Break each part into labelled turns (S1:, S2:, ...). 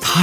S1: 他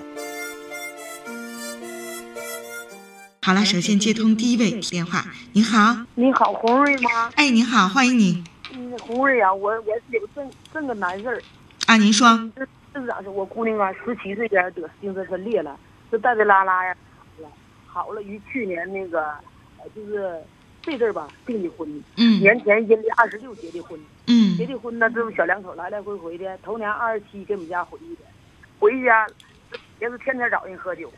S2: 好了，首先接通第一位电话。您好，
S3: 你好，红瑞吗？
S2: 哎，您好，欢迎你
S3: 嗯，红瑞啊，我我有这这个难事儿，
S2: 啊！您说，
S3: 这这咋是我姑娘啊，十七岁呀得精神分裂了，这带带拉拉呀，好了，于去年那个呃就是这阵儿吧订的婚，
S2: 嗯
S3: 年前阴历二十六结的婚，结
S2: 嗯
S3: 的婚呢，这不小两口来来回回的，头年二十七给我们家回去的，回家也是天天找人喝酒，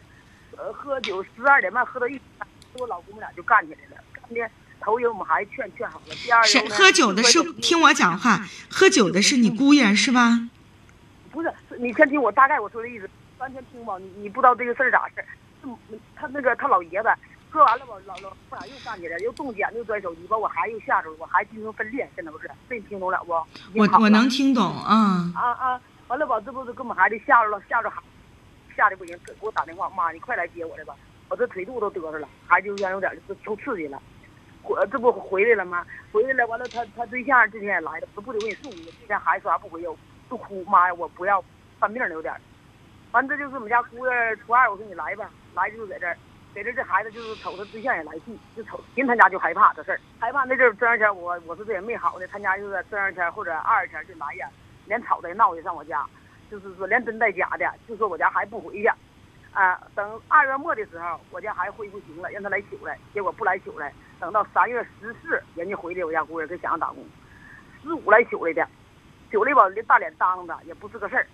S3: 呃，喝酒十二点半喝到一点半，我老公们俩就干起来了，干的头一我们还劝劝好了，第二
S2: 是
S3: 游呢
S2: 喝酒的
S3: 就是
S2: 听我讲话，喝酒的是你姑爷是吧？
S3: 不是，是你先听我大概我说的意思，完全听吧，你你不知道这个事儿咋事儿。是他那个他老爷子喝完了吧，老老不俩又干起来，又动剪又拽手机，把我孩子又吓着了，我孩子精神分裂，现在不是，这你听懂了不？已经
S2: 我
S3: 好
S2: 我
S3: 了
S2: 能听懂啊。
S3: 啊啊！完了吧，这不是给我们孩子吓着了，吓着孩子吓得不行，给我打电话，妈，你快来接我来吧，我这腿肚都嘚瑟了，孩子有点有点就受刺激了。回这不回来了吗？回来了，完了他他对象这天也来了，我说不得我给你送一个，这天孩子说啥不回家，就哭，妈呀，我不要，犯病了有点儿。完这就是我们家姑爷初二，我说你来吧，来就是在这儿，在这儿这孩子就是瞅他对象也来气，就瞅人他家就害怕这事儿，害怕那阵儿这两天我我说这也没好呢，他家就是这两天或者二十天就来呀，连吵带闹的上我家，就是说连真带假的，就说我家孩子不回去，啊，等二月末的时候，我家孩子恢复行了，让他来取来，结果不来取来，等到三月十四，人家回来，我家姑爷给想打工，十五来取来的，取来吧，连大脸当的也不是个事儿，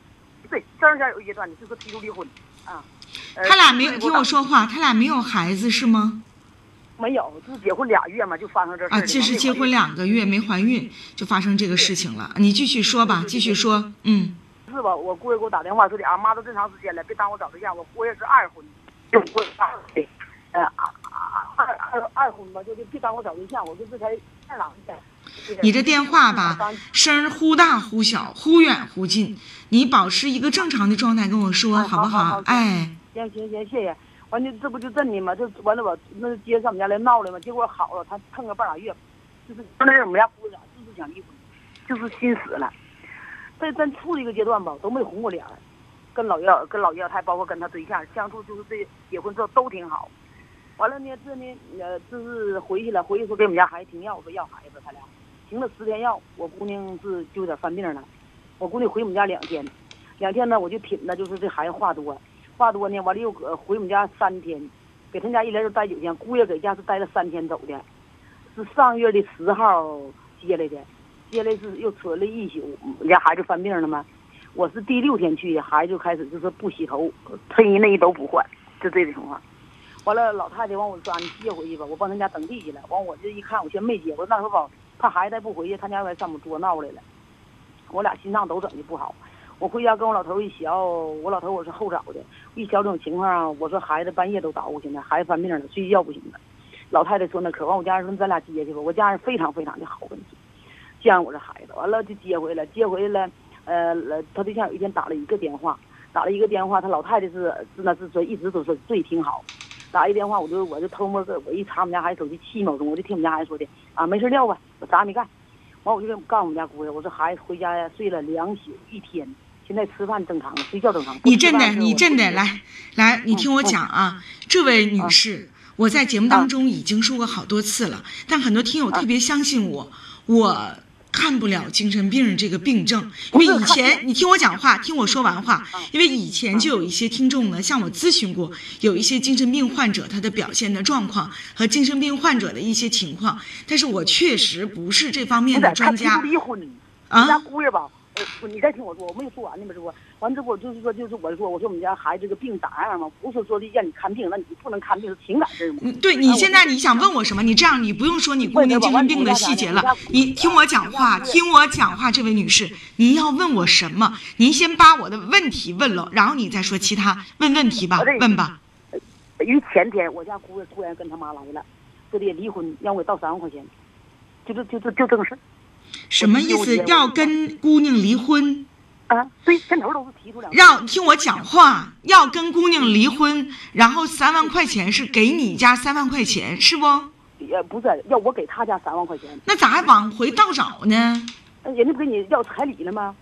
S3: 对，这两天有一阶段的，就说提出离婚，啊，呃
S2: 他俩没有听我，说话，他俩没有孩子是吗？
S3: 没有，就是结婚俩月嘛，就发生这事儿
S2: 啊，
S3: 了
S2: 这是结婚两个月没怀孕就发生这个事情了。你继续说吧，继续说。嗯
S3: 是吧？我姑爷给我打电话说的啊，妈都这么长时间了，别耽误找对象。我姑爷是二婚，就我二对，呃，二二二二婚吧，就就别耽误找对象。我就这才二郎的。
S2: 你这电话吧，声儿忽大忽小，忽远忽近，你保持一个正常的状态跟我说
S3: 哎
S2: 好不
S3: 好好好
S2: 哎，
S3: 行行行，谢谢。完就这不就震的嘛，这完了我那接上我们家来闹来嘛，结果好了，他蹭个半拉月，就是那阵我们家姑爷啊就是想离婚，就是心死了。在在处的一个阶段吧，都没红过脸儿，跟老爷跟老爷还包括跟他对象相处，就是这结婚之后都挺好。完了呢，这呢，呃，这是回去了，回去说给我们家孩子停药，我说要孩子，他俩停了十天药，我姑娘是就有点犯病了，我姑娘回我们家两天，两天呢我就挺着，就是这孩子话多，话多呢，完了又搁回我们家三天，给他们家一连就待九天，姑爷搁家是待了三天走的，是上月的十号接来的，接来是又存了一宿，我家孩子犯病了嘛，我是第六天去，孩子就开始就是不洗头，衬衣内衣都不换，就这种情况。完了，老太太往我说：“你接回去吧，我帮他家登记去了。”完，我这一看，我先没接。我说那时候吧，怕孩子再不回去，他家外上我们捉闹来了。我俩心脏都整的不好。我回家跟我老头一学，我老头我是后找的，一学这种情况啊，我说孩子半夜都捣鼓，现在孩子犯病了，睡觉不行了。老太太说那可完，我家人说咱俩接去吧，我家人非常非常的好，跟你说，见我这孩子，完了就接回来，接回来了，呃，他对象有一天打了一个电话，打了一个电话，他老太太是是那是说一直都说对挺好，打一电话，我就我就偷摸个，我一查我们家孩子手机七秒钟，我就听我们家孩子说的啊，没事撂吧，我啥也没干。完我就跟告诉我们家姑爷，我说孩子回家呀睡了两宿一天，现在吃饭正常了，睡觉正常。
S2: 你真的，你真
S3: 真
S2: 的，来来，你听我讲啊，这位女士，我在节目当中已经说过好多次了，但很多听友特别相信我，我。看不了精神病这个病症，因为以前你听我讲话，听我说完话，因为以前就有一些听众呢向我咨询过，有一些精神病患者他的表现的状况和精神病患者的一些情况，但是我确实不是这方面
S3: 不
S2: 的
S3: 是他
S2: 专
S3: 提
S2: 家
S3: 出离婚。我家
S2: 啊。
S3: 姑爷吧，我你再听我说，我没有说完呢嘛，这不，完这不我就是说，就是我说，我说我们家孩子这个病咋样嘛？不是说的让你看病，那你不能看病是情感事儿嘛？
S2: 嗯，对你现在你想问我什么？你这样你不用说你姑娘精神病的细节了，你听我讲话，听我讲话，这位女士，您要问我什么？您先把我的问题问了，然后你再说其他。问问题吧，问吧。
S3: 因为前天我家姑爷突然跟他妈来了，说的离婚，让我倒三万块钱，就这就这就这个事儿
S2: 什么意思？要跟姑娘离婚？
S3: 啊。对，片头都是提出两个
S2: 让听我讲话，要跟姑娘离婚，然后三万块钱是给你家三万块钱，是不？
S3: 也不是要我给他家三万块钱，
S2: 那咋还往回倒找呢？
S3: 呃人家不给你要彩礼了吗？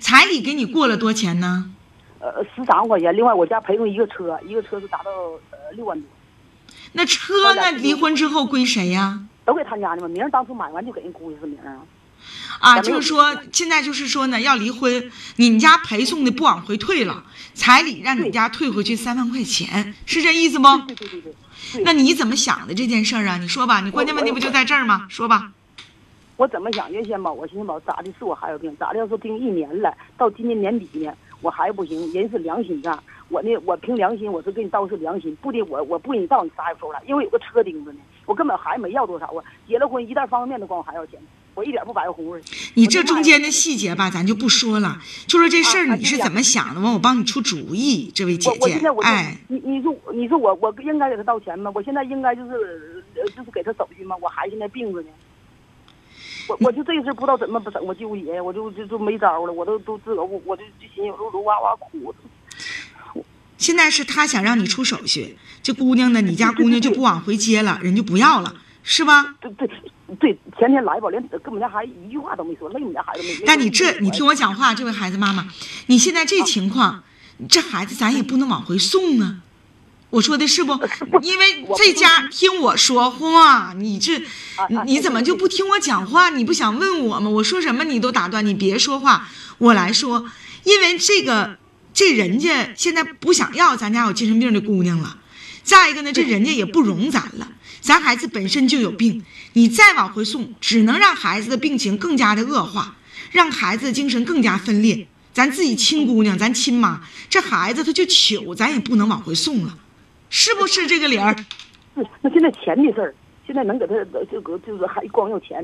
S2: 彩礼给你过了多钱呢？
S3: 呃，十三万块钱，另外我家赔送一个车，一个车是达到呃六万多，
S2: 那车那离婚之后归谁呀、
S3: 都给他家的嘛，名儿当初买完就给人姑爷是名儿啊。
S2: 啊，就是说现在就是说呢，要离婚，你家赔送的不往回退了，彩礼让你家退回去三万块钱，
S3: 嗯
S2: 是这意思不？
S3: 对对对对，
S2: 那你怎么想的这件事儿啊？你说吧，你关键问题不就在这儿吗？说
S3: 嗯
S2: 吧。
S3: 我怎么想？原先吧，我寻思吧，咋的是我孩子病，咋的要是病一年了，到今年年底呢，我还不行，人是良心账，我呢，我凭良心，我是给你道是良心，不的我我不给你道，你啥也说不出来，因为有个车钉子呢，我根本还没要多少啊，结了婚一袋方便面都管我还要钱，我一点不白红
S2: 你这中间的细节吧，咱就不说了，就说这
S3: 啊
S2: 事儿你是怎么想的，完我帮你出主意，这位姐
S3: 我我
S2: 姐
S3: 现在我，就
S2: 哎，
S3: 你你说你说我我应该给他道歉吗？我现在应该就是呃就是给他手续吗？我孩子现在病着呢，我我就这一次不知道怎么不整，我纠结，我就就就没招了，我都都自个我我就就寻思我都哇哇哭，
S2: 现在是她想让你出手续，这姑娘呢，你家姑娘就不往回接了，人就不要了，是吧？
S3: 对对对，前天来吧，连跟我们家孩子一句话都没说，累我们家孩子没。 没
S2: 但你这，你听
S3: 我，
S2: 我讲话，这位孩子妈妈，你现在这情况，这孩子咱也不能往回送啊。我说的是 不？因为这家听我说话，你这
S3: 啊，
S2: 你怎么就不听我讲话？你不想问我吗？我说什么你都打断，你别说话，我来说。因为这个，这人家现在不想要咱家有精神病的姑娘了。再一个呢，这人家也不容咱了，咱孩子本身就有病，你再往回送，只能让孩子的病情更加的恶化，让孩子的精神更加分裂。咱自己亲姑娘，咱亲妈，这孩子他就糗，咱也不能往回送了，是不是这个理儿？
S3: 是那现在钱的事儿，现在能给他这个就是还光要钱，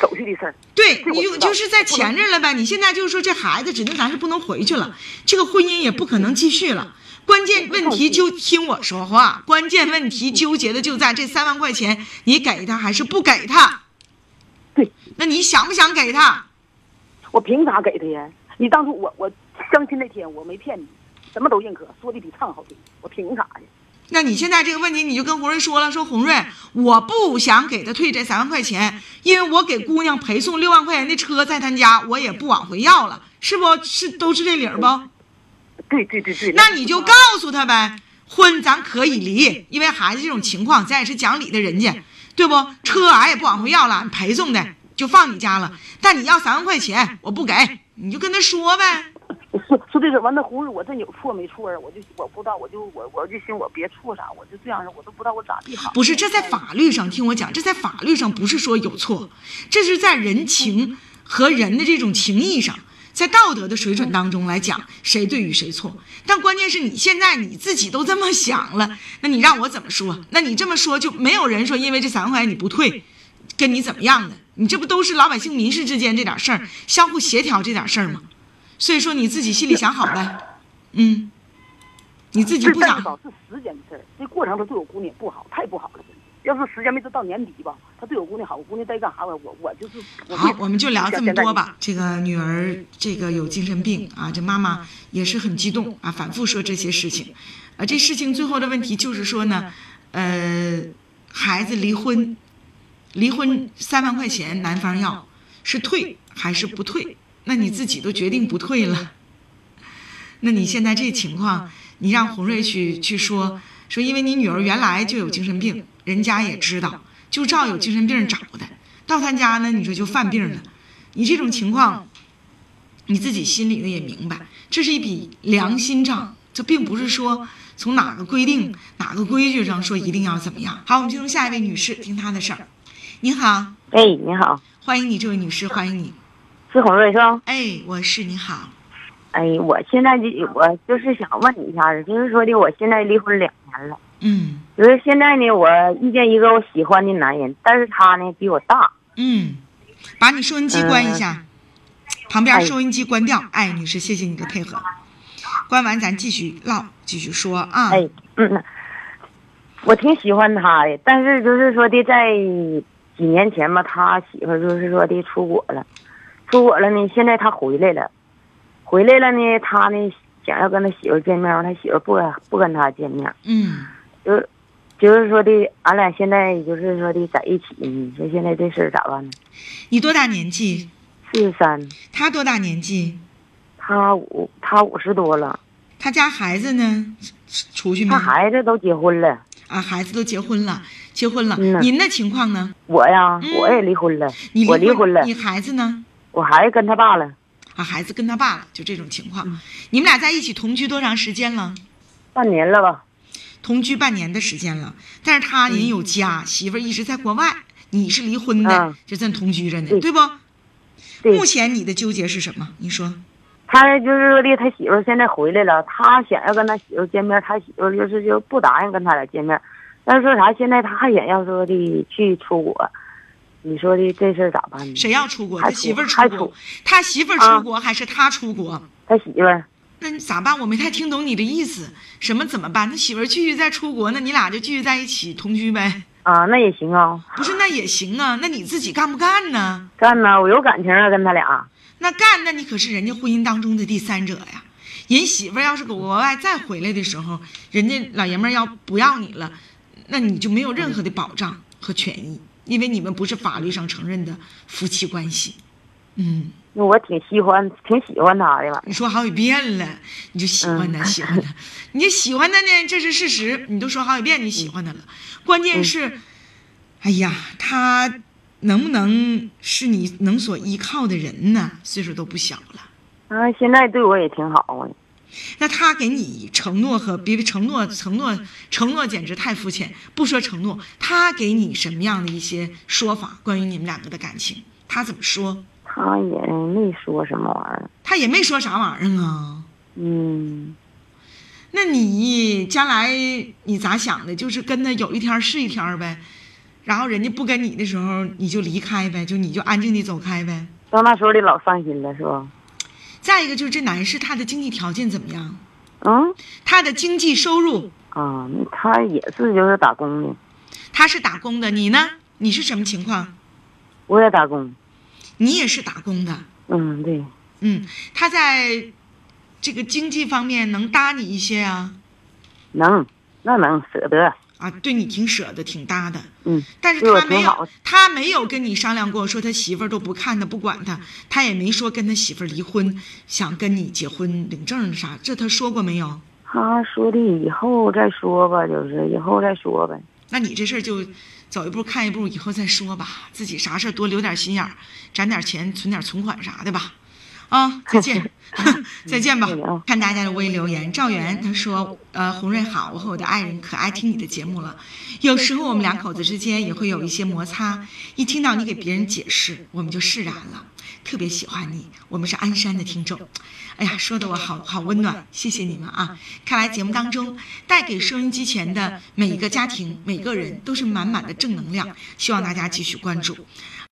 S3: 手续的事儿。
S2: 对，
S3: 这我
S2: 你就
S3: 知道
S2: 就是在前阵了呗。你现在就是说这孩子指定咱是不能回去了，这个婚姻也不可能继续了。关键问题就听我说话，关键问题纠结的就在这三万块钱，你给他还是不给他？
S3: 对，
S2: 那你想不想给他？
S3: 我凭啥给他呀？你当初我我相亲那天我没骗你，什么都认可，说的比唱好听，我凭啥呀？
S2: 那你现在这个问题，你就跟红瑞说了，说红瑞，我不想给他退这三万块钱，因为我给姑娘陪送六万块钱的车在他家，我也不往回要了，是不是都是这理儿不？
S3: 对对对对，
S2: 那你就告诉他呗，婚咱可以离，因为孩子这种情况，咱也是讲理的人家，对不？车俺也不往回要了，陪送的就放你家了。但你要三万块钱，我不给，你就跟他说呗。
S3: 说说这个完了，红日我真有错没错啊？我就我不知道，我就我我就寻我别错啥，我就这样式儿，我都不知道我咋地好。
S2: 不是，这在法律上，听我讲，这在法律上不是说有错，这是在人情和人的这种情义上，在道德的水准当中来讲，谁对与谁错。但关键是你现在你自己都这么想了，那你让我怎么说？那你这么说就没有人说因为这三万块钱你不退，跟你怎么样的？你这不都是老百姓民事之间这点事儿，相互协调这点事儿吗？所以说你自己心里想好呗，嗯，你自己
S3: 是
S2: 不
S3: 但
S2: 想
S3: 是吧，是时间的事儿，这过程他对我姑娘也不好，太不好了。要是时间没到到年底吧，他对我姑娘好，我姑娘该干啥我我我就是。
S2: 好，我们就聊这么多。吧。这个女儿，这个有精神病啊，这妈妈也是很激动啊，反复说这些事情。啊，这事情最后的问题就是说呢，呃，孩子离婚，离婚三万块钱男方要，是退还是不退？那你自己都决定不退了，那你现在这情况，你让红瑞去去说说，因为你女儿原来就有精神病，人家也知道，就照有精神病找的。到他家呢，你说就犯病了。你这种情况，你自己心里呢也嗯明白，嗯这是一笔良心账，这并不是说从哪个规定、哪个规矩上说一定要怎么样。好，我们进入下一位女士，听她的事儿。您好，
S4: 哎，你好，
S2: 欢迎你，这位女士，欢迎你。
S4: 是洪瑞是吧？
S2: 哎，我是你好，
S4: 哎，我现在就我就是想问你一下子，就是说的我现在离婚两年了，
S2: 嗯
S4: 就是现在呢，我遇见一个我喜欢的男人，但是他呢比我大，
S2: 嗯，把你收
S4: 呃
S2: 哎音机关一下，旁边收音机关掉。哎，女士，谢谢你的配合。关完咱继续唠，继续说啊。
S4: 哎，嗯，我挺喜欢他的，但是就是说的，在几年前吧，他媳妇儿就是说的出国了，出国了呢，现在他回来了，回来了呢，他呢想要跟他媳妇儿见面，他媳妇儿不跟不跟他见面，
S2: 嗯
S4: 就是就是说的，俺俩现在就是说的在一起，你说现在这事儿咋办呢？
S2: 你多大年纪？
S4: 四十三，
S2: 他多大年纪？
S4: 他五他五十多了，
S2: 他家孩子呢？出出去没
S4: 他？孩子都结婚了，
S2: 啊，孩子都结婚了，结婚了。
S4: 嗯呐
S2: 您的情况呢？
S4: 我呀
S2: 嗯
S4: 我也离婚了，
S2: 你
S4: 我离婚了
S2: 你，孩子呢？
S4: 我孩子跟他爸了
S2: 啊，孩子跟他爸了，就这种情
S4: 嗯
S2: 况。你们俩在一起同居多长时间了？
S4: 半年了吧。
S2: 同居半年的时间了，但是他
S4: 嗯
S2: 人有家，媳妇儿一直在国外，你是离婚的，
S4: 啊
S2: 就咱同居着呢，
S4: 对
S2: 对不？
S4: 对
S2: 目前你的纠结是什么？你说
S4: 他就是说的，他媳妇儿现在回来了，他想要跟他媳妇儿见面，他媳妇儿就是就不答应跟他俩见面。但是说啥，现在他还想要说的去出国，你说的这事儿咋办呢？
S2: 谁要出国？
S4: 还
S2: 他
S4: 出
S2: 媳妇儿出
S4: 还
S2: 国
S4: 出，
S2: 他媳妇儿
S4: 啊
S2: 出国、还是他出国？
S4: 他媳妇儿，
S2: 那你咋办？我没太听懂你的意思，什么怎么办？那媳妇儿继续再出国，那你俩就继续在一起同居呗？
S4: 啊，那也行啊，
S2: 不是，那也行啊。那你自己干不干呢？
S4: 干呐，我有感情啊，跟他俩。
S2: 那干，那你可是人家婚姻当中的第三者呀。人媳妇儿要是搁国外再回来的时候，人家老爷们儿要不要你了，那你就没有任何的保障和权益，因为你们不是法律上承认的夫妻关系。嗯，
S4: 那我挺喜欢，挺喜欢他的吧？
S2: 你说好几遍了，你就喜欢他，喜欢他，你喜欢他呢，这是事实，你都说好几遍你喜欢他了。关键是，哎呀，他能不能是你能所依靠的人呢？岁数都不小了。
S4: 啊，现在对我也挺好啊。
S2: 那他给你承诺和别承诺承诺承诺简直太肤浅，不说承诺，他给你什么样的一些说法关于你们两个的感情？他怎么说？
S4: 他也没说什么玩意儿。
S2: 他也没说啥玩意儿啊。
S4: 嗯，
S2: 那你将来你咋想的？就是跟他有一天儿是一天儿呗，然后人家不跟你的时候你就离开呗，就你就安静地走开呗。
S4: 到那时候的老伤心了，是吧？
S2: 再一个就是这男士他的经济条件怎么样？
S4: 嗯，
S2: 他的经济收入，
S4: 啊，他也是就是打工的，
S2: 他是打工的，你呢？你是什么情况？
S4: 我也打工。
S2: 你也是打工的，
S4: 嗯，对。
S2: 嗯，他在这个经济方面能搭你一些啊，
S4: 能，那能舍得。
S2: 啊，对你挺舍得，挺搭的。
S4: 嗯，
S2: 但是
S4: 对我
S2: 他没
S4: 挺好
S2: 有，他没有跟你商量过，说他媳妇儿都不看他，不管他，他也没说跟他媳妇儿离婚，想跟你结婚领证啥，这他说过没有？
S4: 他说的以后再说吧，就是以后再说呗。
S2: 那你这事儿就走一步看一步，以后再说吧。自己啥事儿多留点心眼儿，攒点钱，存点存款啥的吧。啊，再 见， 再见吧
S4: 再见啊。
S2: 看大家的微留言，赵源他说：“呃，红瑞好，我和我的爱人可爱听你的节目了。有时候我们两口子之间也会有一些摩擦，一听到你给别人解释，我们就释然了。特别喜欢你，我们是鞍山的听众。哎呀，说的我好好温暖，谢谢你们啊！看来节目当中带给收音机前的每一个家庭、每个人都是满满的正能量，希望大家继续关注。